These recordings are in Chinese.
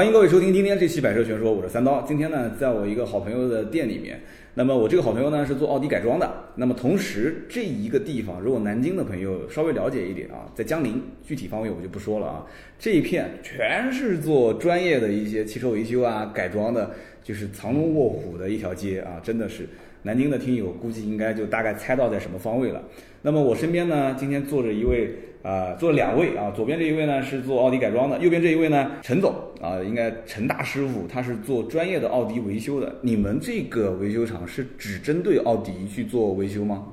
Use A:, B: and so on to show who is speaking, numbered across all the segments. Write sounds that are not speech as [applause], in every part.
A: 欢迎各位收听今天这期《百车全说》，我是三刀。今天呢，在我一个好朋友的店里面。那么我这个好朋友呢是做奥迪改装的。那么同时这一个地方，如果南京的朋友稍微了解一点啊，在江宁，具体方位我就不说了啊。这一片全是做专业的一些汽车维修啊、改装的，就是藏龙卧虎的一条街啊，真的是。南京的听友估计应该就大概猜到在什么方位了。那么我身边呢，今天坐着一位，啊、坐着两位啊，左边这一位呢是做奥迪改装的，右边这一位呢，陈总啊、应该陈大师傅，他是做专业的奥迪维修的。你们这个维修厂是只针对奥迪去做维修吗？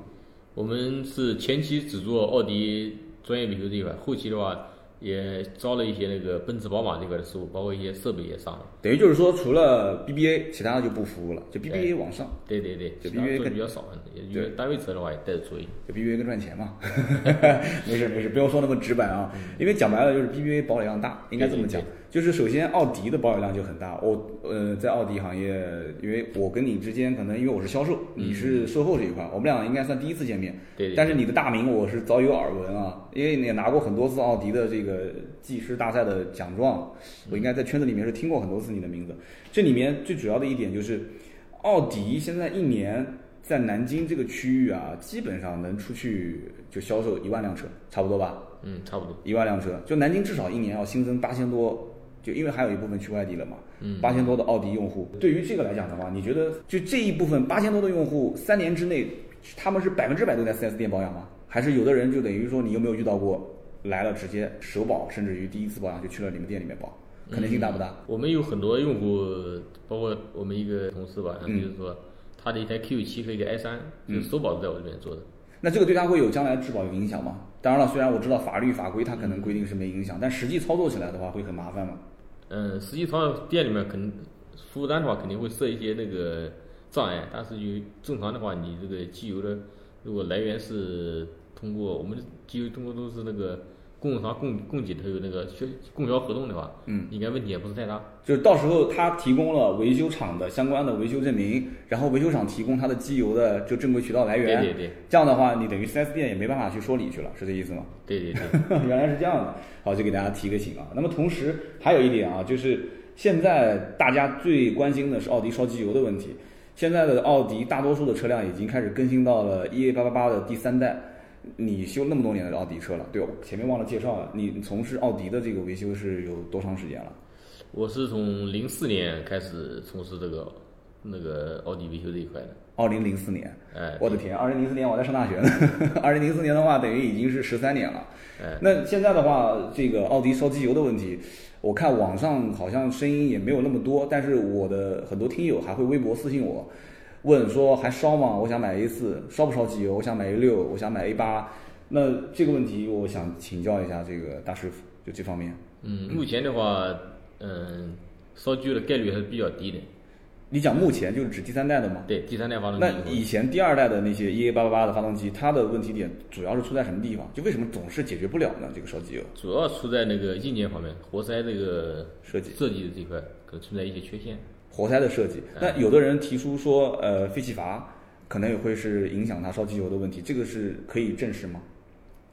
B: 我们是前期只做奥迪专业维修这一块，后期的话也招了一些那个奔驰、宝马这块的师傅，包括一些设备也上了。
A: 等于就是说，除了 BBA，其他的就不服务了，就 BBA
B: 对
A: 往上，
B: 对对对，
A: 就
B: 其他
A: BBA
B: 做的
A: 跟
B: 比较少，也因为单位车的话也带着作业。
A: 就 BBA 更赚钱嘛。 [laughs] 没事没事，不用说那么直白啊，因为讲白了就是 BBA 保有量大，应该这么讲
B: 对对。
A: 就是首先奥迪的保有量就很大，我呃在奥迪行业，因为我跟你之间可能因为我是销售，你是售后这一块，我们俩应该算第一次见面。
B: 对对
A: 但是你的大名我是早有耳闻啊，因为你也拿过很多次奥迪的这个技师大赛的奖状，我
B: 嗯
A: 应该在圈子里面是听过很多次你的名字。这里面最主要的一点就是，奥迪现在一年在南京这个区域啊，基本上能出去就销售一万辆车，差不多吧？
B: 嗯，差不多。
A: 一万辆车，就南京至少一年要新增八千多，就因为还有一部分去外地了嘛，
B: 嗯
A: 八千多的奥迪用户。对于这个来讲的话，你觉得就这一部分八千多的用户，三年之内他们是百分之百都在 4S 店保养吗？还是有的人就等于说你有没有遇到过来了直接首保，甚至于第一次保养就去了你们店里面保，可能性大不大？
B: 我们有很多用户，包括我们一个同事吧，他就是说他的一台 Q 7和一个 i 3就是
A: 嗯
B: 首保都在我这边做的。
A: 那这个对他会有将来质保有影响吗？当然了，虽然我知道法律法规它可能规定是没影响，但实际操作起来的话会很麻烦吗？
B: 嗯，实际上店里面肯定服务单的话肯定会设一些那个障碍，但是有正常的话，你这个机油的如果来源是通过我们的机油通过都是那个供应商供供给的，它有那个销供销合同的话，
A: 嗯，
B: 应该问题也不是太大。
A: 就是到时候他提供了维修厂的相关的维修证明，然后维修厂提供他的机油的就正规渠道来源。
B: 对对对。
A: 这样的话，你等于 4S 店也没办法去说理去了，是这意思吗？
B: 对对对，
A: 原来是这样的，好，就给大家提个醒啊。那么同时还有一点啊，就是现在大家最关心的是奥迪烧机油的问题。现在的奥迪大多数的车辆已经开始更新到了 EA 八八八的第三代。你修那么多年的奥迪车了，对我前面忘了介绍了，你从事奥迪的这个维修是有多长时间了？
B: 我是从零四年开始从事这个那个奥迪维修这一块的，
A: 二零零四年，
B: 哎，
A: 我的天，二零零四年我在上大学呢，二零零四年的话，等于已经是十三年了。
B: 哎，
A: 那现在的话，这个奥迪烧机油的问题，我看网上好像声音也没有那么多，但是我的很多听友还会微博私信我，问说还烧吗？我想买 A 四，烧不烧机油？我想买 A 六，我想买 A 八。那这个问题，我想请教一下这个大师傅，就这方面，
B: 嗯，目前的话，嗯，烧机油的概率还是比较低的。
A: 你讲目前就是指第三代的吗？
B: 对，第三代发动机
A: 那
B: 以后
A: 以前第二代的那些 EA 八八八的发动机，它的问题点主要是出在什么地方？就为什么总是解决不了呢？这个烧机油
B: 主要出在那个硬件方面，活塞这个
A: 设计
B: 设计的这块可能存在一些缺陷。
A: 活塞的设计，那有的人提出说，呃，废气阀可能也会是影响它烧机油的问题，这个是可以证实吗？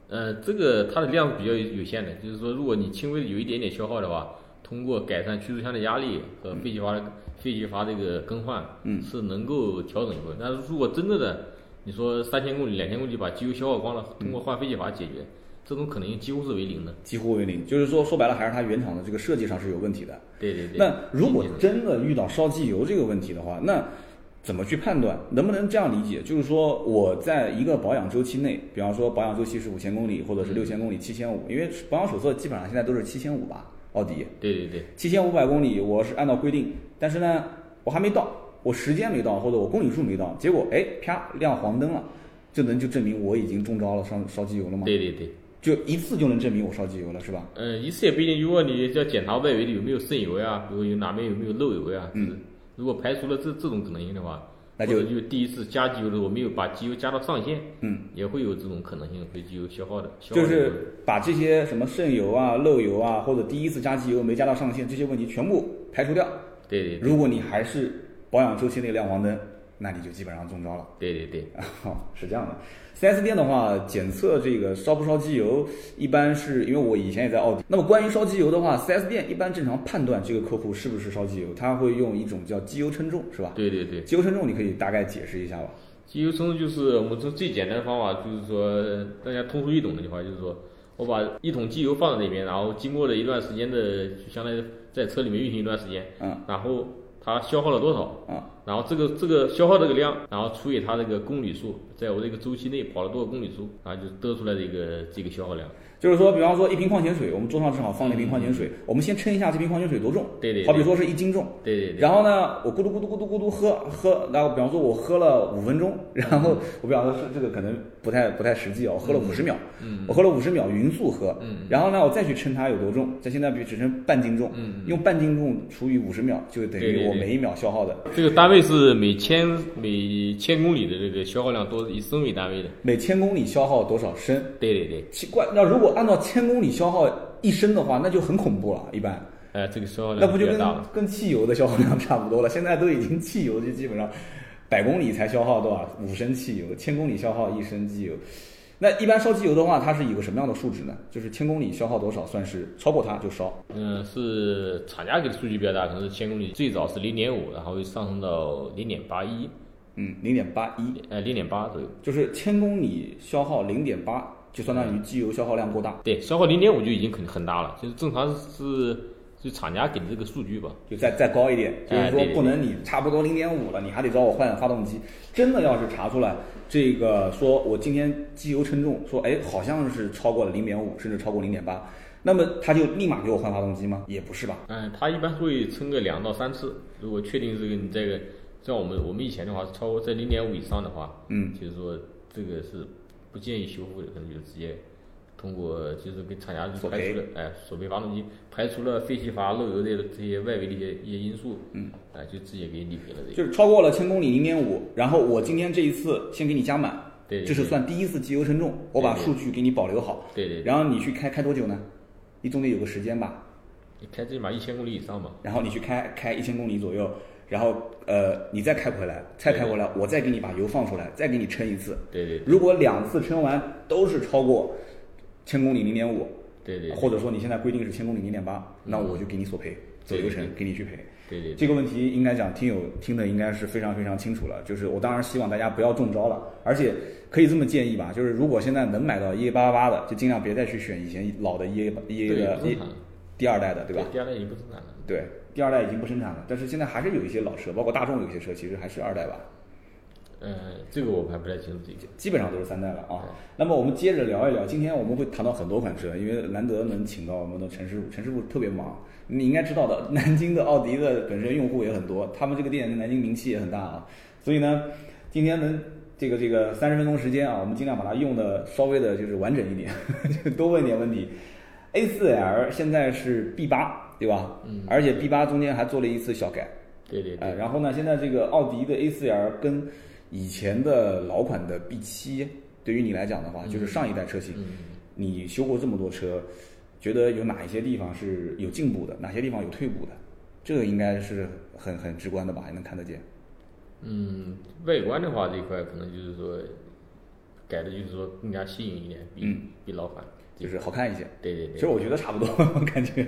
B: 呃，这个它的量是比较有限的，就是说，如果你轻微的有一点点消耗的话，通过改善驱逐箱的压力和废气阀的废气阀这个更换，嗯，是能够调整过来。但是如果真正的你说三千公里、两千公里把机油消耗光了，通过换废气阀解决，这种可能性几乎是为零的。
A: 几乎为零，就是说说白了还是它原厂的这个设计上是有问题的。
B: 对对对。
A: 那如果
B: 硬件
A: 真的遇到烧机油这个问题的话，那怎么去判断？能不能这样理解？就是说，我在一个保养周期内，比方说保养周期是五千公里，或者是六千公里、七千五，因为保养手册基本上现在都是七千五吧，奥迪。
B: 对对对，
A: 七千五百公里，我是按照规定，但是呢，我还没到，我时间没到，或者我公里数没到，结果哎，啪亮黄灯了，就能就证明我已经中招了，烧烧机油了吗？
B: 对对对。
A: 就一次就能证明我烧机油了，是吧？
B: 嗯，一次也不一定。如果你要检查外围有没有渗油呀，比如有哪边有没有漏油呀，嗯，如果排除了这这种可能性的话，
A: 那就
B: 或者就第一次加机油的时候没有把机油加到上限，
A: 嗯，
B: 也会有这种可能性会机油消耗的，消耗
A: 就
B: 的
A: 是把这些什么渗油啊、漏油啊，或者第一次加机油没加到上限这些问题全部排除掉。
B: 对对
A: 如果你还是保养周期内亮黄灯，那你就基本上中招了。 [laughs]
B: 对对对，
A: 是这样的，4S 店的话，检测这个烧不烧机油，一般是因为我以前也在奥迪。那么关于烧机油的话，4S 店一般正常判断这个客户是不是烧机油，他会用一种叫机油称重，是吧？
B: 对对对，
A: 机油称重你可以大概解释一下吧。
B: 机油称重就是我们说最简单的方法，就是说大家通俗易懂的话，就是说我把一桶机油放在那边，然后经过了一段时间的，就相当于在车里面运行一段时间，
A: 嗯，
B: 然后它消耗了多少，
A: 嗯，
B: 然后这个这个消耗这个量，然后除以它这个公里数，在我这个周期内跑了多少公里数，然后就得出来的一个这个消耗量。
A: 就是说，比方说一瓶矿泉水，我们桌上正好放了一
B: 嗯
A: 瓶矿泉水，我们先称一下这瓶矿泉水多重，
B: 对对对
A: 好比说是一斤重，
B: 对对对，
A: 然后呢，我咕嘟咕嘟咕嘟咕嘟喝喝，然后比方说我喝了五分钟， [laughs] 然后我比方说是这个可能不太不太实际啊，我喝了五十秒，
B: 嗯
A: 我喝了五十秒匀速喝，
B: 嗯
A: 然后呢，我再去称它有多重，这现在比只剩半斤重，
B: 嗯
A: 用半斤重除以五十秒，就等
B: 对对
A: 于
B: 对
A: 我每一秒消耗的，
B: 这个单位是每千每千公里的这个消耗量都是以升为单位的。
A: 每千公里消耗多少升？
B: 对对对，
A: 奇怪，那如果按照千公里消耗一升的话，那就很恐怖了，一般。
B: 哎、这个消耗
A: 那
B: 量
A: 不
B: 比
A: 就
B: 较
A: 跟
B: 大了。
A: 跟汽油的消耗量差不多了？现在都已经汽油就基本上百公里才消耗多少五升汽油，千公里消耗一升机油。那一般烧机油的话，它是以个什么样的数值呢？就是千公里消耗多少算是超过它就烧。
B: 嗯，是厂家给的数据比较大，可能是千公里最早是零点五，然后又上升到零点八一，
A: 嗯，零点八一，
B: 呃，零点八左右。
A: 就是千公里消耗零点八，就相当于机油消耗量过大，
B: 对，消耗零点五就已经很很大了，就是正常是就厂家给的这个数据吧。
A: 就再再高一点，就是
B: 哎
A: 说
B: 对对
A: 不能你差不多零点五了，你还得找我换发动机。真的要是查出来这个，说我今天机油称重，说哎好像是超过了零点五，甚至超过零点八，那么他就立马给我换发动机吗？也不是吧。
B: 嗯，他一般会称个两到三次，如果确定这个你这个，像我们我们以前的话是超过在零点五以上的话，
A: 嗯，
B: 就是说这个是不建议修复的，可能就直接通过就是跟厂家就
A: 索
B: 排
A: 赔
B: 除了，哎，索赔发动机排除了废气阀漏油这这些外围的一些一些因素，嗯，哎，就直接给你理赔了这个。
A: 就是超过了千公里零点五，然后我今天这一次先给你加满，
B: 对
A: 这是算第一次机油称重，我把
B: 对对
A: 数据给你保留好，
B: 对对，
A: 然后你去开开多久呢？你总得有个时间吧，
B: 你开最起码一千公里以上嘛，
A: 然后你去开开一千公里左右，然后呃你再开回来，再开回来，我再给你把油放出来，再给你称一次。
B: 对对
A: 如果两次称完都是超过千公里零点五，
B: 对对
A: 或者说你现在规定是千公里零点八，那我就给你索赔，走
B: 对
A: 流
B: 对
A: 程给你去赔。
B: 对对，
A: 这个问题应该讲听友听的应该是非常非常清楚了，就是我当然希望大家不要中招了，而且可以这么建议吧，就是如果现在能买到 EA 八八八的，就尽量别再去选以前老的 EA EA
B: 对
A: 的
B: 不生产了
A: 第二代的，对吧？
B: 第二代已经不生产了。
A: 对，第二代已经不生产了，但是现在还是有一些老车，包括大众有些车其实还是二代吧，
B: 嗯，这个我还不太清楚这个。哎
A: 基本上都是三代了啊
B: 对。
A: 那么我们接着聊一聊，今天我们会谈到很多款车，因为难得能请到我们的陈师傅，陈师傅特别忙，你应该知道的， [laughs] 南京的奥迪的本身用户也很多，他们这个店在南京名气也很大啊，所以呢，今天能。这个这个三十分钟时间啊，我们尽量把它用的稍微的就是完整一点， [laughs] 就多问点问题。A 四 L 现在是 B 八对吧？嗯，而且 B 八中间还做了一次小改，
B: 对对对
A: 呃，然后呢，现在这个奥迪的 A4L 跟以前的老款的 B7，对于你来讲的
B: 嗯
A: 话，就是上一代车型，你修过这么多车，觉得有哪一些地方是有进步的，哪些地方有退步的？这个应该是很很直观的吧，还能看得见。
B: 嗯，外观的话这一块可能就是说改的，就是说更加新颖一点，比、比老款。
A: 嗯就是好看一些，
B: 对对
A: 其
B: 对，
A: 实我觉得差不多， [laughs] 我感觉。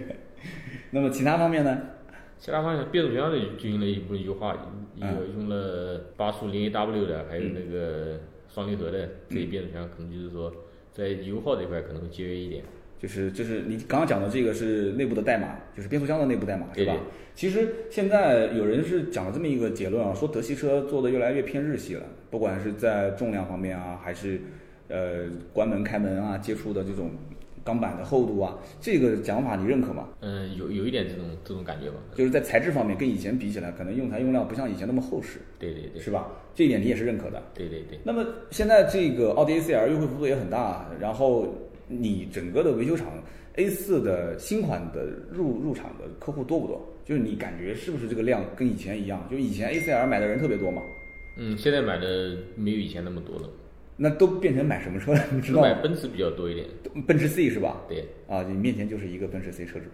A: 那么其他方面呢？
B: 其他方向变速箱的进行了一部分优化，一
A: 嗯
B: 个用了八速零 AW 的，还有那个双离合
A: 嗯
B: 的这些变速箱，可能就是说在油耗这块可能会节约一点。
A: 就是就是你刚刚讲的这个是内部的代码，就是变速箱的内部代码，是吧
B: 对对？
A: 其实现在有人是讲了这么一个结论啊，说德系车做的越来越偏日系了，不管是在重量方面啊，还是呃关门开门啊接触的这种钢板的厚度啊，这个讲法你认可吗？
B: 嗯，有有一点这种这种感觉吧。
A: 就是在材质方面跟以前比起来，可能用材用料不像以前那么厚实，
B: 对对对
A: 是吧？这一点你也是认可的。
B: 对对对，
A: 那么现在这个奥迪 A 4 L 优惠幅度也很大，然后你整个的维修厂 A 4的新款的入入场的客户多不多？就是你感觉是不是这个量跟以前一样？就以前 A 4 L 买的人特别多嘛，
B: 嗯，现在买的没有以前那么多了，
A: 那都变成买什么车了？你知道
B: 买
A: 吗？
B: 奔驰比较多一点。
A: 奔驰 C 是吧？
B: 对，
A: 啊，你面前就是 [laughs] 一个奔驰 C 车主，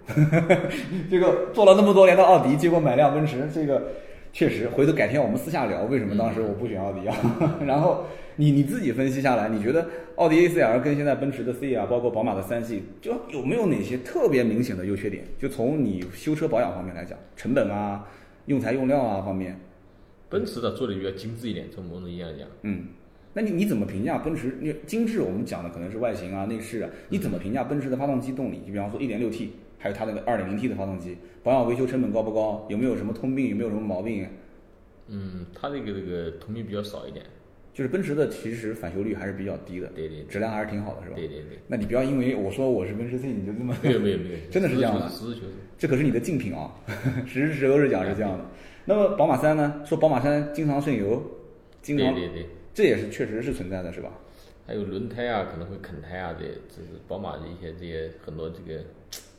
A: 这个做了那么多年的奥迪，结果买辆奔驰，这个确实，回头改天我们私下聊为什么当时我不选奥迪啊。 [laughs] 然后你你自己分析下来，你觉得奥迪 A4L 跟现在奔驰的 C 啊，包括宝马的三系，就有没有哪些特别明显的优缺点？就从你修车保养方面来讲，成本啊、用材用料啊方面，
B: 奔驰的做的比较精致一点，从某种意义上讲，
A: 嗯，那你你怎么评价奔驰？你精致我们讲的可能是外形啊、内饰啊，你怎么评价奔驰的发动机动力？就比方说 1.6T，还有它那个 2.0T 的发动机，保养维修成本高不高？有没有什么通病？有没有什么毛病？
B: 嗯，它这个这个同比比较少一点，
A: 就是奔驰的其实返修率还是比较低的，
B: 对对对
A: 质量还是挺好的，是吧？
B: 对对
A: [laughs]
B: 对，
A: 那你不要因为我说我是奔驰 C，你就这么，
B: 没有没有没有
A: 真的是这样的
B: 实事求是，实事求是。
A: [laughs] 这可是你的竞品啊， [laughs] 实事求是讲是这样的。那么宝马三呢？说宝马三经常渗油，经常
B: 对对对，
A: 这也是确实是存在的，是吧？
B: 还有轮胎啊，可能会啃胎啊，这这是宝马的一些这些很多这个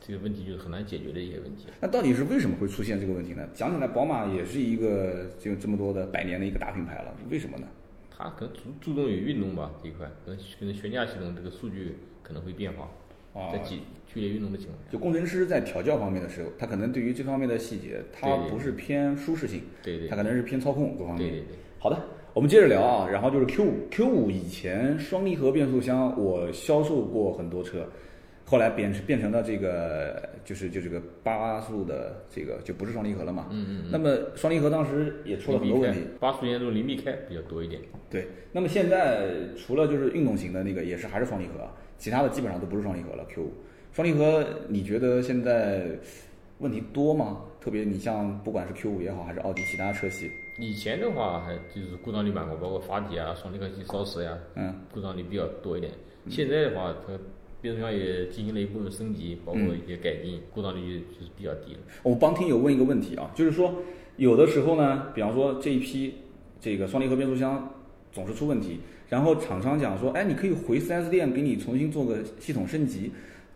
B: 这个问题，就是很难解决的一些问题。
A: 那到底是为什么会出现这个问题呢？讲起来，宝马也是一个就这么多的百年的一个大品牌了，为什么呢？
B: 它可能注注重于运动吧这一块，可能可能悬架系统这个数据可能会变化，
A: 啊
B: 在剧剧烈运动的情况下，
A: 就工程师在调教方面的时候，他可能对于这方面的细节，他
B: 对对
A: 不是偏舒适性，
B: 对对
A: 他可能是偏操控各方面。
B: 对对对，
A: 好的，我们接着聊啊。然后就是 Q 五，Q 五以前双离合变速箱我销售过很多车，后来变变成了这个就是就这个八速的这个就不是双离合了嘛。
B: 嗯嗯嗯，
A: 那么双离合当时也出了很多问题，
B: 离避开，八速严重零避开比较多一点，
A: 对。那么现在除了就是运动型的那个也是还是双离合，其他的基本上都不是双离合了。Q 五双离合，你觉得现在问题多吗？特别你像不管是 Q 五也好，还是奥迪其他车系，
B: 以前的话，还就是故障率蛮高，包括阀体啊、双离合器烧死呀、
A: 嗯，
B: 故障率比较多一点。现在的话，它变速箱也进行了一部分升级，包括
A: 嗯
B: 一些改进，故障率就是比较低了。
A: 我帮听友问一个问题啊，就是说，有的时候呢，比方说这一批这个双离合变速箱总是出问题，然后厂商讲说，哎，你可以回 4S 店给你重新做个系统升级。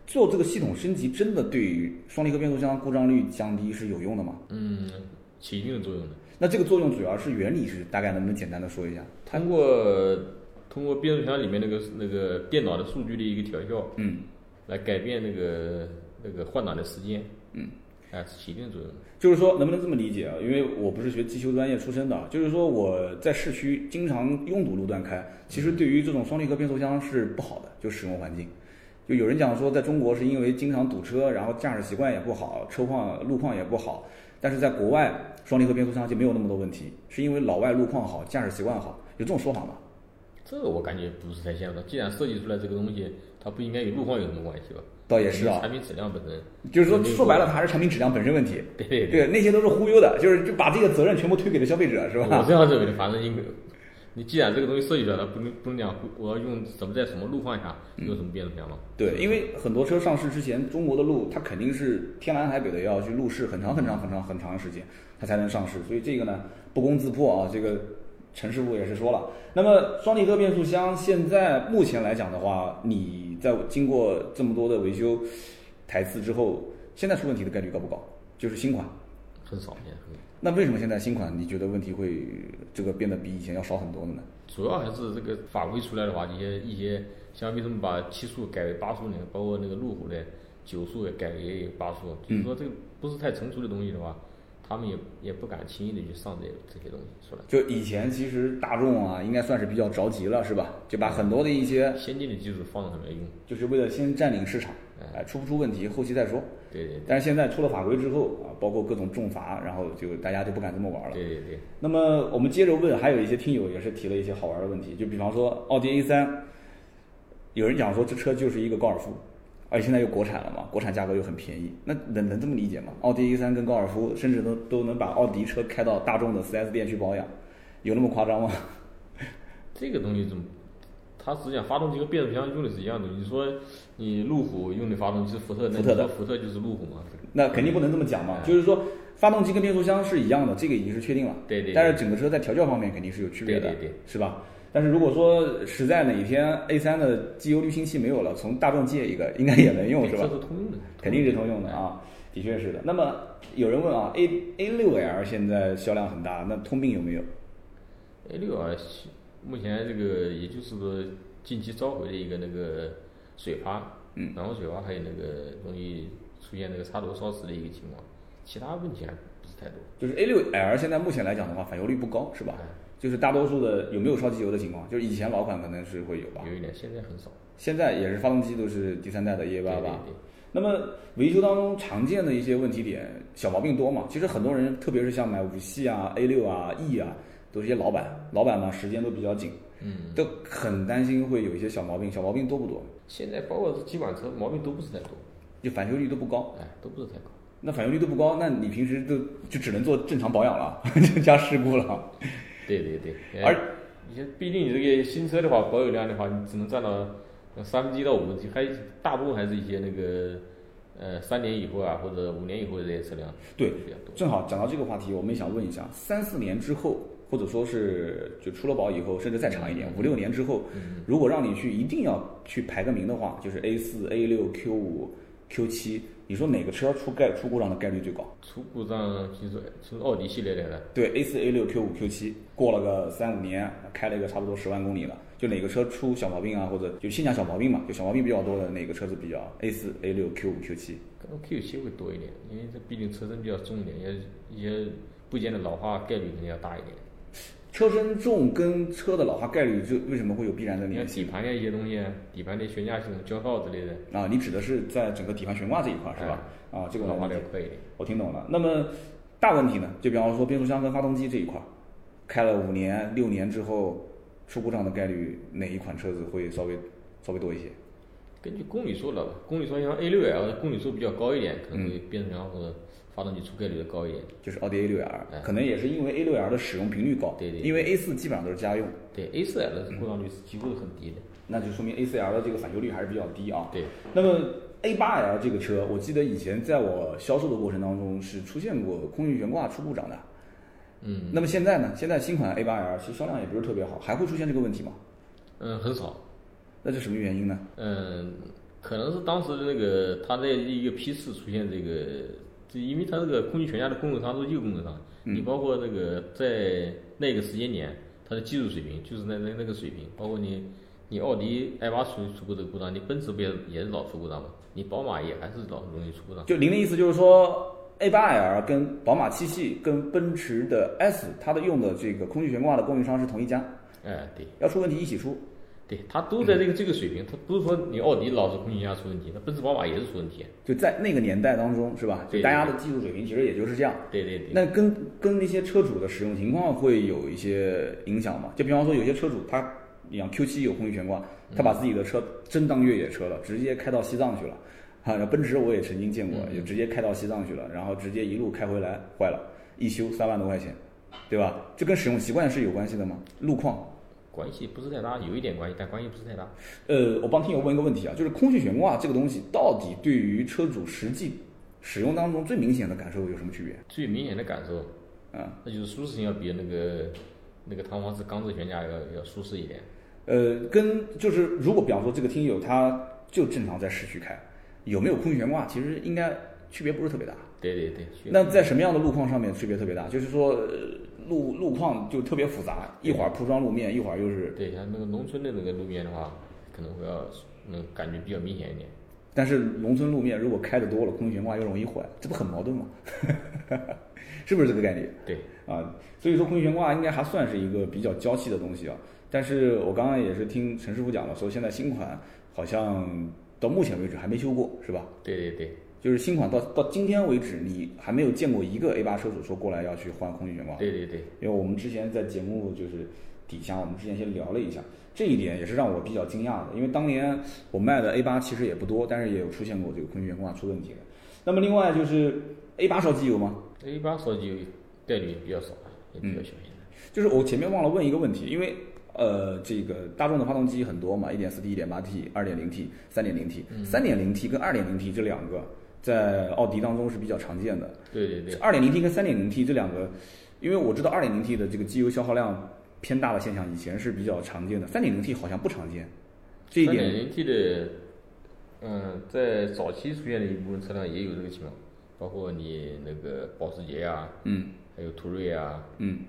A: 做这个系统升级，真的对于双离合变速箱故障率降低是有用的吗？
B: 嗯，起一定的作用的。
A: 那这个作用主要是原理是，大概能不能简单的说一下？
B: 通过通过变速箱里面那个那个电脑的数据的一个调校，
A: 嗯，
B: 来改变那个那个换挡的时间，嗯，哎，是起一定的作用的。
A: 就是说，能不能这么理解啊？因为我不是学机修专业出身的啊，就是说我在市区经常拥堵路段开，其实对于这种双离合变速箱是不好的，就使用环境。就有人讲说，在中国是因为经常堵车，然后驾驶习惯也不好，车况路况也不好。但是在国外，双离合变速箱就没有那么多问题，是因为老外路况好，驾驶习惯好，有这种说法吗？
B: 这个我感觉不是太现实。既然设计出来这个东西，它不应该与路况有什么关系吧？
A: 倒也是啊，
B: 产品质量本身，
A: 就是说说白了，它还是产品质量本身问题。
B: 对对对，
A: 对， [laughs] 那些都是忽悠的，就是就把这个责任全部推给了消费者，是吧？
B: 我这样认为的，反正应该。你既然这个东西设计出来了，不能不能讲我要用什么在什么路况下用什么变速箱嘛？
A: 嗯对，因为很多车上市之前，中国的路它肯定是天南海北的要去路试很长很长很长很长时间，它才能上市。所以这个呢，不攻自破啊，这个陈师傅也是说了。那么双离合变速箱现在目前来讲的话，你在经过这么多的维修台次之后，现在出问题的概率高不高？就是新款。
B: 很少见，很
A: 那为什么现在新款你觉得问题会这个变得比以前要少很多了呢？
B: 主要还是这个法规出来的话，一些一些像为什么把七速改为八速呢？包括那个路虎的九速也改为八速，就是说这个不是太成熟的东西的话，他们也也不敢轻易的去上这这些东西出来。
A: 就以前其实大众啊，应该算是比较着急了，是吧？就把很多的一些
B: 先进的技术放到上面用，
A: 就是为了先占领市场，哎，出不出问题后期再说。
B: 对对
A: 但是现在出了法规之后啊，包括各种重罚，然后就大家就不敢这么玩了。
B: 对对对，
A: 那么我们接着问，还有一些听友也是提了一些好玩的问题，就比方说奥迪 A 三，有人讲说这车就是一个高尔夫，而且现在又国产了嘛，国产价格又很便宜，那能能这么理解吗？奥迪 A 三跟高尔夫，甚至都都能把奥迪车开到大众的 4S 店去保养，有那么夸张吗？
B: 这个东西怎么？它实际上发动机和变速箱用的是一样的。你说你路虎用的发动机是福特，那
A: 福
B: 你
A: 特的
B: 说福特就是路虎嘛？
A: 那肯定不能这么讲嘛，就是说发动机跟变速箱是一样的，这个已经是确定了。
B: 对对对
A: 但是整个车在调教方面肯定是有区别的，
B: 对对对
A: 是吧？但是如果说实在哪一天 A 3的机油滤清器没有了，从大众借一个应该也能用，是吧
B: 这？是通用的，
A: 肯定是通用的啊，的确是的。那么有人问啊，A A 6 L 现在销量很大，那通病有没有？
B: A 六啊，目前这个也就是个近期召回的一个那个水阀，嗯，然后水阀还有那个容易出现那个插头烧死的一个情况，其他问题还不是太多。
A: 就是 A 六 L 现在目前来讲的话，返油率不高，是吧？
B: 嗯
A: 就是大多数的有没有烧机油的情况，就是以前老款可能是会有吧，
B: 有一点，现在很少。
A: 现在也是发动机都是第三代的 EA
B: 对
A: 八
B: 对
A: 八。
B: 对，
A: 那么维修当中常见的一些问题点，小毛病多嘛？其实很多人，特别是像买五系啊、A 六啊、E 啊，都是一些老板，老板嘛时间都比较紧，
B: 嗯，
A: 都很担心会有一些小毛病。小毛病多不多？
B: 现在包括这几款车毛病都不是太多，
A: 就返修率都不高。
B: 哎，都不是太高。
A: 那返修率都不高，那你平时就就只能做正常保养了， [laughs] 就加事故了。
B: 对对对，
A: 而
B: 你像毕竟你这个新车的话，保有量的话，你只能占到三分之一到五分之一，还大部分还是一些那个呃三年以后啊，或者五年以后的这些车辆啊
A: 对，
B: 比较多。
A: 正好讲到这个话题，我们也想问一下，三四年之后，或者说是就出了保以后，甚至再长一点，五六年之后，如果让你去一定要去排个名的话，就是 A 四、A 六、Q 五、Q 七，你说哪个车出概出故障的概率最高？
B: 除故障就是从奥迪系列来的，
A: 对，A 四、A 六、Q 五、Q 七，过了个三五年，呃开了一个差不多十万公里了，就哪个车出小毛病啊，或者就先讲小毛病嘛，就小毛病比较多的哪个车子比较 A 四、A 六、Q 五、Q 七？
B: 可能 Q 七会多一点，因为这毕竟车身比较重一点，也一些部件的老化概率肯定要大一点。
A: 车身重跟车的老化概率就为什么会有必然的
B: 你
A: 联
B: 看
A: 系？
B: 底盘的一些东西，啊底盘的悬架系统、胶套之类的，
A: 啊，你指的是在整个底盘悬挂这一块儿是吧？啊，这个
B: 老
A: 我
B: 化
A: 理
B: 的
A: 解
B: 要快一点。
A: 我听懂了。那么大问题呢？就比方说变速箱跟发动机这一块儿，开了五年、六年之后出故障的概率，哪一款车子会稍微稍微多一些？
B: 根据公里数了吧，公里数像 A 六 L 的公里数比较高一点，可能会变速箱或者发动机出概率的高一点。
A: 就是奥迪 A 六 L，、
B: 嗯
A: 可能也是因为 A 六 L 的使用频率高，
B: 对对对
A: 因为 A 四基本上都是家用，
B: 对 A 四 L 的故障率是几乎是很低的。
A: 那就说明 A 四 L 的这个返修率还是比较低啊。
B: 对，
A: 那么 A 八 L 这个车，我记得以前在我销售的过程当中是出现过空气悬挂出故障的。
B: 嗯
A: 那么现在呢？现在新款 A 八 L 其实销量也不是特别好，还会出现这个问题吗？
B: 嗯，很少。
A: 那是什么原因呢？
B: 嗯，可能是当时的那个它在一个批次出现这个，这因为它这个空气悬架的功能上都是一个功能上，你包括那个在那个时间点，它的技术水平就是那那那个水平，包括你你奥迪 i 八出出过这个故障，你奔驰不也也是老出故障吗？你宝马也还是老容易出故障。
A: 就您的意思就是说，A 八 L 跟宝马七系跟奔驰的 S，它的用的这个空气悬挂的供应商是同一家，
B: 哎，对。
A: 要出问题一起出。
B: 对，它都在这个这个水平，它不是说你奥迪老是空气悬架出问题，那奔驰、宝马也是出问题。
A: 就在那个年代当中，是吧？就
B: 对
A: 大家的技术水平其实也就是这样。
B: 对对对，
A: 那跟跟那些车主的使用情况会有一些影响吗？就比方说，有些车主他养 Q 7有空气悬挂，他把自己的车真当越野车了，直接开到西藏去了。 [laughs] 啊，那奔驰我也曾经见过，就直接开到西藏去了，然后直接一路开回来坏了，一修三万多块钱，对吧？这跟使用习惯是有关系的吗？路况？
B: 关系不是太大，有一点关系，但关系不是太大。
A: 呃，我帮听友问一个问题啊，就是空气悬挂这个东西到底对于车主实际使用当中最明显的感受有什么区别？
B: 最明显的感受，
A: 嗯，
B: 那就是舒适性要比那个那个弹簧式钢制悬架要要舒适一点。
A: 呃，跟就是如果比方说这个听友他就正常在市区开，有没有空气悬挂，其实应该区别不是特别大。
B: 对对对，
A: 那在什么样的路况上面区别特别大？就是说呃路路况就特别复杂，一会儿铺装路面，一会儿又是，
B: 对像那个农村的那个路面的话，可能会要嗯感觉比较明显一点。
A: 但是农村路面如果开的多了，空气悬挂又容易坏，这不很矛盾吗？ [laughs] 是不是这个概念？
B: 对，
A: 啊，所以说空气悬挂应该还算是一个比较娇气的东西啊。但是我刚刚也是听陈师傅讲了，说现在新款好像到目前为止还没修过，是吧？
B: 对对对，
A: 就是新款到到今天为止，你还没有见过一个 A 八车主说过来要去换空气悬挂。
B: 对对对，
A: 因为我们之前在节目就是底下，我们之前先聊了一下，这一点也是让我比较惊讶的，因为当年我卖的 A 八其实也不多，但是也有出现过这个空气悬挂出问题的。那么另外就是 A 八烧机油吗？
B: 那一般烧机油概率比较少，啊也比较小一点。
A: 就是我前面忘了问一个问题，因为呃，这个大众的发动机很多嘛，1.4 T、1.8 T、2.0 T、3.0 T、3.0 T 跟2.0 T 这两个在奥迪当中是比较常见的。
B: 对对对，
A: 2.0T 跟 3.0T 这两个，因为我知道 2.0T 的这个机油消耗量偏大的现象以前是比较常见的，3.0T 好像不常见。这一
B: 三点
A: 点，
B: 零 T 的，嗯，在早期出现的一部分车辆也有这个情况，包括你那个保时捷啊，
A: 嗯
B: 还有途锐啊，
A: 嗯，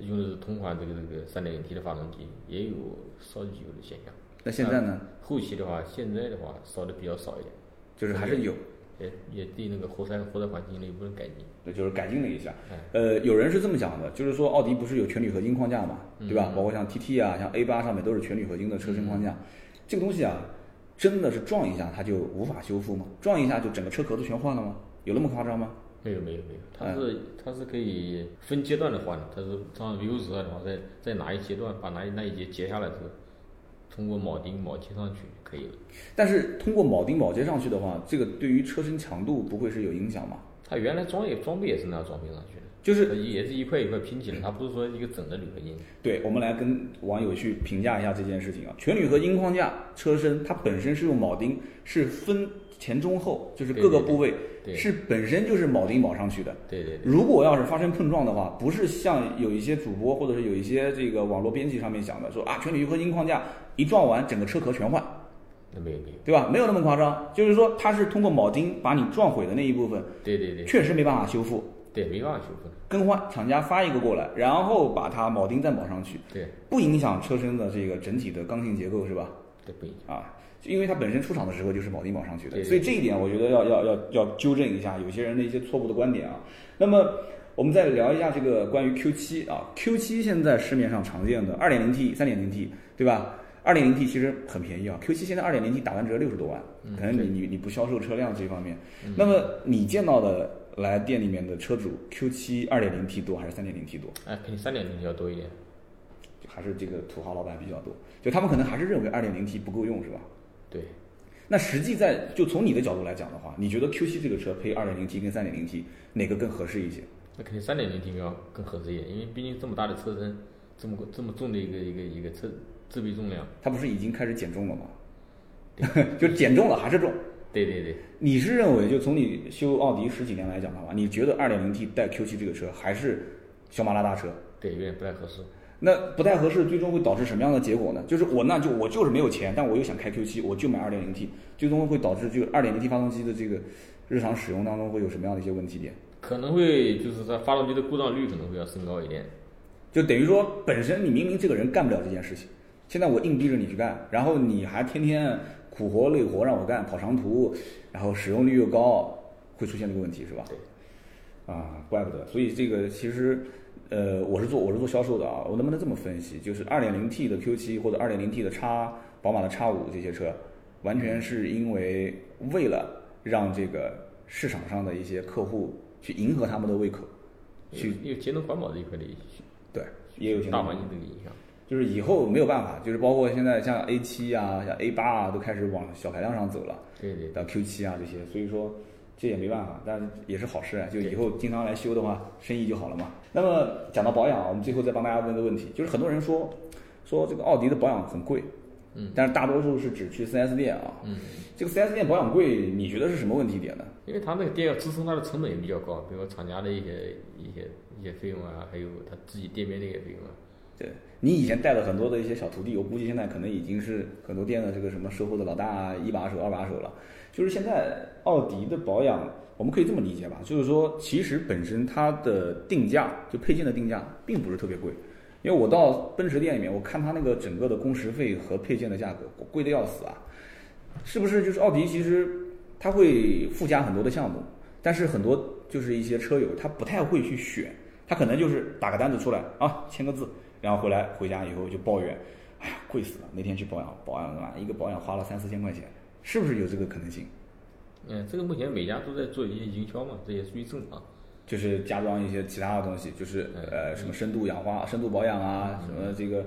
B: 用的是同款这个这个三点零 T 的发动机，也有烧机油的现象。
A: 那现在呢，
B: 后期的话，现在的话烧的比较少一点，
A: 就是还是有。
B: 也也对那个活塞和活塞环进行了一部分改进。
A: 对，就是改进了一下
B: 嗯。
A: 呃，有人是这么讲的，就是说奥迪不是有全铝合金框架嘛，对吧？
B: 嗯
A: 包括像 TT 啊，像 A 八上面都是全铝合金的车身框架。这个东西啊，真的是撞一下它就无法修复吗？撞一下就整个车壳都全换了吗？有那么夸张吗？
B: 没有没有没有，
A: 嗯
B: 它是它是可以分阶段的换的，它是上维修时段的话，在在哪一阶段把哪一那一节截下来之后，通过铆钉铆接上去就可以了。
A: 但是通过铆钉铆接上去的话，这个对于车身强度不会是有影响吗？
B: 它原来装也装备也是那样装备上去的，
A: 就是
B: 它也是一块一块拼起来，它不是说一个整的铝合金。
A: 对，我们来跟网友去评价一下这件事情啊。全铝合金框架车身，它本身是用铆钉，是分前中后，就是各个
B: 对对对
A: 部位
B: 对
A: 是本身就是铆钉铆上去的。
B: 对对对，
A: 如果要是发生碰撞的话，不是像有一些主播或者是有一些这个网络编辑上面想的，说啊全铝合金框架一撞完整个车壳全换，
B: 那没有没有，
A: 对吧？没有那么夸张，就是说它是通过铆钉把你撞毁的那一部分，
B: 对对对
A: 确实没办法修复，
B: 对，没办法修复的。
A: 更换厂家发一个过来，然后把它铆钉再铆上去，
B: 对
A: 不影响车身的这个整体的刚性结构，是吧？
B: 对不一样。
A: 啊，因为它本身出厂的时候就是铆钉铆上去的，
B: 对
A: 所以这一点我觉得要要要要纠正一下有些人的一些错误的观点啊。那么我们再聊一下这个关于 Q 7啊，Q 7现在市面上常见的 2.0T、3.0T，对吧？2.0T 其实很便宜啊，Q 7现在 2.0T 打完折六十多万，
B: 嗯
A: 可能你你你不销售车辆这方面，那么你见到的来店里面的车主，Q 7 2.0T 多还是 3.0T 多？
B: 哎，肯定三点零要多一点。
A: 还是这个土豪老板比较多，就他们可能还是认为 2.0T 不够用，是吧？
B: 对，
A: 那实际在就从你的角度来讲的话，你觉得 Q7 这个车配 2.0T 跟 3.0T 哪个更合适一些？
B: 那肯定三点零 T 要更合适一点，因为毕竟这么大的车身，这么这么重的一个一个一个车自备重量。
A: 它不是已经开始减重了吗？ [laughs] 就减重了还是重？
B: 对对对，
A: 你是认为就从你修奥迪十几年来讲的话，你觉得 2.0T 带 Q7 这个车还是小马拉大车？
B: 对，有点不太合适。
A: 那不太合适，最终会导致什么样的结果呢？就是我那就我就是没有钱，但我又想开 Q7，我就买 2.0T，最终会导致这个 2.0T 发动机的这个日常使用当中会有什么样的一些问题点？
B: 可能会就是它发动机的故障率可能会要升高一点。
A: 就等于说，本身你明明这个人干不了这件事情，现在我硬逼着你去干，然后你还天天苦活累活让我干，跑长途，然后使用率又高，会出现这个问题是吧？
B: 对。
A: 啊，怪不得。所以这个其实，呃，我是做我是做销售的啊，我能不能这么分析？就是 2.0T 的 Q7 或者 2.0T 的叉，宝马的叉五这些车，完全是因为为了让这个市场上的一些客户去迎合他们的胃口，去
B: 有有节能环保这一块的
A: 对，也有些
B: 大环境这个影响。
A: 就是以后没有办法，就是包括现在像 A 7啊、像 A 8啊，都开始往小排量上走了，
B: 对对
A: 到 Q 7啊这些，所以说这也没办法，但也是好事啊。就以后经常来修的话，生意就好了嘛。那么讲到保养啊，我们最后再帮大家问个问题，就是很多人说说这个奥迪的保养很贵，
B: 嗯，
A: 但是大多数是只去 4S 店啊。
B: 嗯，
A: 这个 4S 店保养贵，你觉得是什么问题点呢？
B: 因为它那个店要支撑它的成本也比较高，比如说厂家的一些一些一些费用啊，还有它自己店面的一些费用啊。
A: 对你以前带了很多的一些小徒弟，我估计现在可能已经是很多店的这个什么售后的老大啊、一把手、二把手了。就是现在奥迪的保养，我们可以这么理解吧，就是说其实本身它的定价，就配件的定价，并不是特别贵。因为我到奔驰店里面，我看它那个整个的工时费和配件的价格，贵的要死啊！是不是就是奥迪其实它会附加很多的项目，但是很多就是一些车友他不太会去选，他可能就是打个单子出来啊，签个字，然后回来回家以后就抱怨，哎呀贵死了，那天去保养保养的嘛，一个保养花了三四千块钱，是不是有这个可能性？
B: 嗯，这个目前每家都在做一些营销嘛，这也属于正常。
A: 就是加装一些其他的东西，就是
B: 嗯
A: 呃什么深度氧化、深度保养啊，什么这个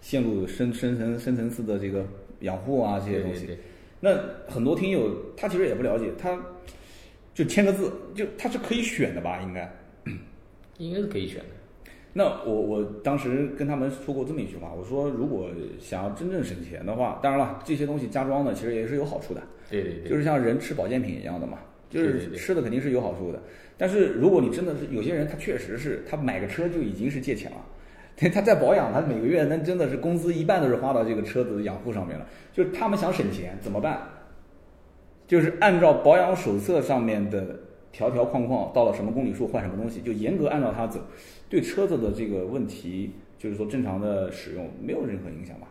A: 线路深深层深层次的这个养护啊这些
B: 对
A: 东
B: 对
A: 西。
B: 对，
A: 那很多听友他其实也不了解，他就签个字，就他是可以选的吧？应该。
B: 应该是可以选的。
A: 那我我当时跟他们说过这么一句话，我说如果想要真正省钱的话，当然了，这些东西加装的其实也是有好处的，
B: 对对对，
A: 就是像人吃保健品一样的嘛，就
B: 对对
A: 是
B: 对
A: 吃的肯定是有好处的。但是如果你真的是有些人，他确实是他买个车就已经是借钱了。 [laughs] 他他在保养，他每个月那真的是工资一半都是花到这个车子的养护上面了。就是他们想省钱怎么办？就是按照保养手册上面的条条框框，到了什么公里数换什么东西，就严格按照它走，对车子的这个问题，就是说正常的使用没有任何影响吧？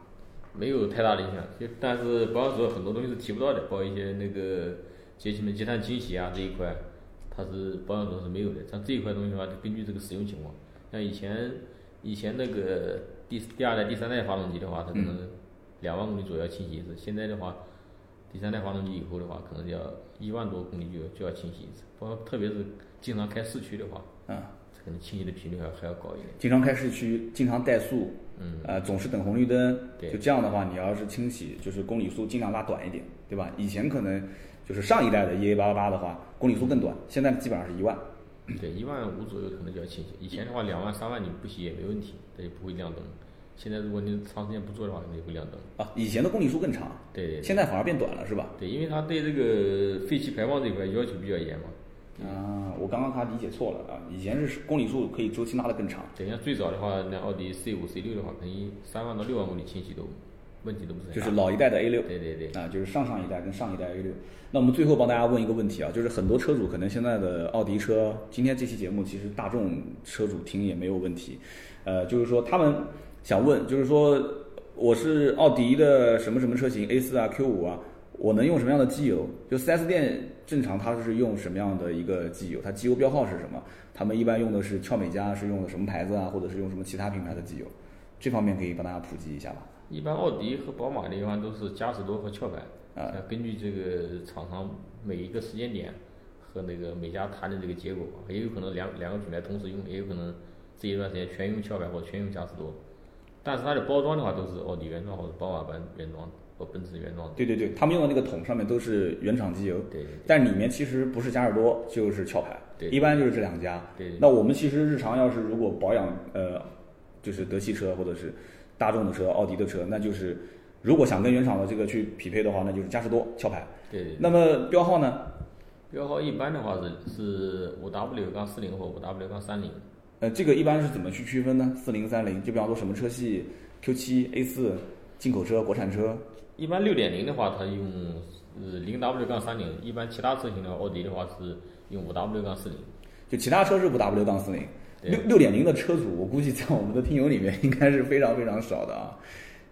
B: 没有太大的影响。就但是保养手册很多东西是提不到的，包括一些那个节气门积碳清洗啊这一块，它是保养中是没有的。像这一块东西的话，就根据这个使用情况，像以前以前那个第第二代、第三代发动机的话，它可能两万公里左右清洗一次，现在的话。第三代发动机以后的话，可能就要一万多公里就就要清洗一次，包括特别是经常开市区的话，
A: 嗯，
B: 可能清洗的频率还还要高一点。
A: 经常开市区，经常怠速，
B: 嗯，
A: 呃，总是等红绿灯，
B: 对
A: 就这样的话，你要是清洗，就是公里数尽量拉短一点，对吧？以前可能就是上一代的 EA 八八八的话，公里数更短，现在基本上是一万。
B: 对，一万五左右可能就要清洗。以前的话，两万、三万你不洗也没问题，它就不会亮灯。现在如果你长时间不做的话，可能就会亮灯。
A: 啊，以前的公里数更长，
B: 对对对
A: 现在反而变短了，是吧？
B: 对，因为它对这个废气排放这一块要求比较严嘛。
A: 啊，我刚刚他理解错了啊，以前是公里数可以周期拉得更长。
B: 对，像最早的话，那奥迪 C 五、C 六的话，可能三万到六万公里清洗都问题都不是很
A: 就
B: 大。
A: 是老一代的 A 六，
B: 对对对
A: 啊，就是上上一代跟上一代 A 六。那我们最后帮大家问一个问题啊，就是很多车主可能现在的奥迪车，今天这期节目其实大众车主听也没有问题，呃，就是说他们想问，就是说我是奥迪的什么什么车型 A 四啊、Q 五啊，我能用什么样的机油？就 4S 店正常它是用什么样的一个机油？它机油标号是什么？他们一般用的是俏美家，是用的什么牌子啊，或者是用什么其他品牌的机油？这方面可以帮大家普及一下吧。
B: 一般奥迪和宝马的话都是嘉实多和壳牌，
A: 啊
B: 呃，根据这个厂商每一个时间点和那个每家谈的这个结果，也有可能两两个品牌同时用，也有可能这一段时间全用壳牌或者全用嘉实多，但是它的包装的话都是奥迪原装或者宝马版原装或奔驰原装的。
A: 对对对，他们用的那个桶上面都是原厂机油，
B: 对对
A: 但里面其实不是加尔多就是壳牌，
B: 对
A: 一般就是这两家。
B: 对对
A: 那我们其实日常要是如果保养，呃，就是德系车或者是大众的车、奥迪的车，那就是如果想跟原厂的这个去匹配的话，那就是嘉实多壳牌。
B: 对对，
A: 那么标号呢？
B: 标号一般的话是是五 W 杠四零或五 W 杠三零。
A: 呃，这个一般是怎么去区分呢？四零三零，就比方说什么车系，Q 七、A 四，进口车、国产车，
B: 一般六点零的话，它用呃零 W 杠三零，一般其他车型的话奥迪的话是用五 W 杠四零。
A: 就其他车是五 W 杠四零，
B: 对
A: 六六点零的车主，我估计在我们的听友里面应该是非常非常少的啊。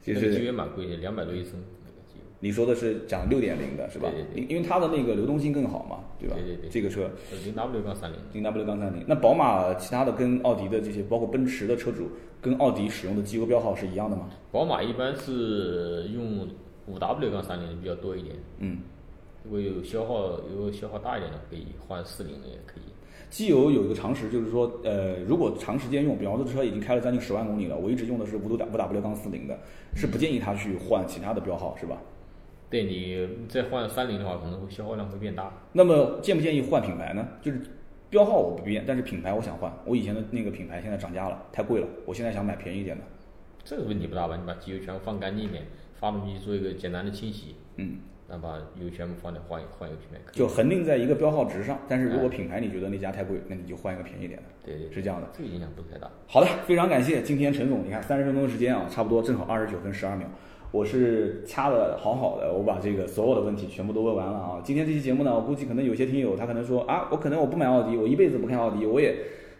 A: 就
B: 那个机
A: 是
B: 油蛮贵的，两百多一升那个机油。
A: 你说的是讲六点零的是吧？
B: 对对
A: 因因为它的那个流动性更好嘛，对吧？
B: 对对对
A: 这个车
B: 呃，零 W 杠三零，
A: 零 W 杠三零，那宝马其他的跟奥迪的这些，包括奔驰的车主跟奥迪使用的机油标号是一样的吗？
B: 宝马一般是用五 W 杠三零比较多一点。
A: 嗯，
B: 如果有消耗有消耗大一点的，可以换四零的也可以。
A: 机油有一个常识，就是说，呃，如果长时间用，比方说这车已经开了将近十万公里了，我一直用的是五 W 五 W 杠四零的，是不建议他去换其他的标号，是吧？
B: 对你再换三零的话，可能会消耗量会变大。
A: 那么建不建议换品牌呢？就是标号我不变，但是品牌我想换。我以前的那个品牌现在涨价了，太贵了，我现在想买便宜一点的。
B: 这个问题不大吧？你把机油全放干净一点，发动机做一个简单的清洗，
A: 嗯，
B: 那把油全部放掉，换一换一个品牌可以。
A: 就恒定在一个标号值上，但是如果品牌你觉得那家太贵，那你就换一个便宜一点的，
B: 对对对，
A: 是这样的。
B: 这个影响不是太大。
A: 好的，非常感谢今天陈总，你看三十分钟时间啊，差不多正好二十九分十二秒，我是掐的好好的，我把这个所有的问题全部都问完了啊。今天这期节目呢，我估计可能有些听友他可能说啊，我可能我不买奥迪，我一辈子不开奥迪，我也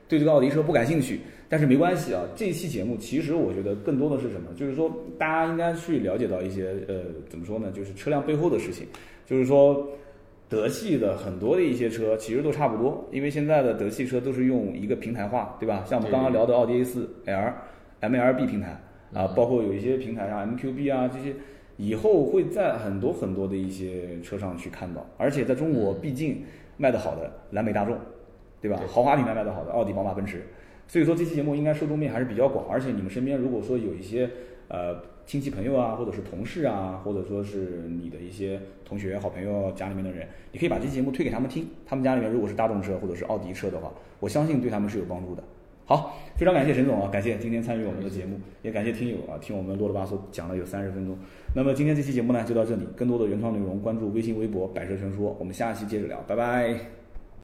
A: 对这个奥迪车不感兴趣。但是没关系啊，这一期节目其实我觉得更多的是什么？就是说大家应该去了解到一些呃，怎么说呢？就是车辆背后的事情，就是说德系的很多的一些车其实都差不多，因为现在的德系车都是用一个平台化，对吧？像我们刚刚聊的奥迪 A 四 L、MLB 平台啊，包括有一些平台上 MQB 啊这些，以后会在很多很多的一些车上去看到。而且在中国，毕竟卖得好的蓝美大众，对吧？
B: 对
A: 豪华品牌卖得好的奥迪、宝马、奔驰，所以说这期节目应该受众面还是比较广。而且你们身边如果说有一些呃亲戚朋友啊，或者是同事啊，或者说是你的一些同学、好朋友、家里面的人，你可以把这期节目推给他们听。他们家里面如果是大众车或者是奥迪车的话，我相信对他们是有帮助的。好，非常感谢沈总啊，感谢今天参与我们的节目，也感谢听友啊，听我们啰里吧嗦讲了有三十分钟。那么今天这期节目呢就到这里，更多的原创内容关注微信、微博“百车全说”，我们下期接着聊，拜拜。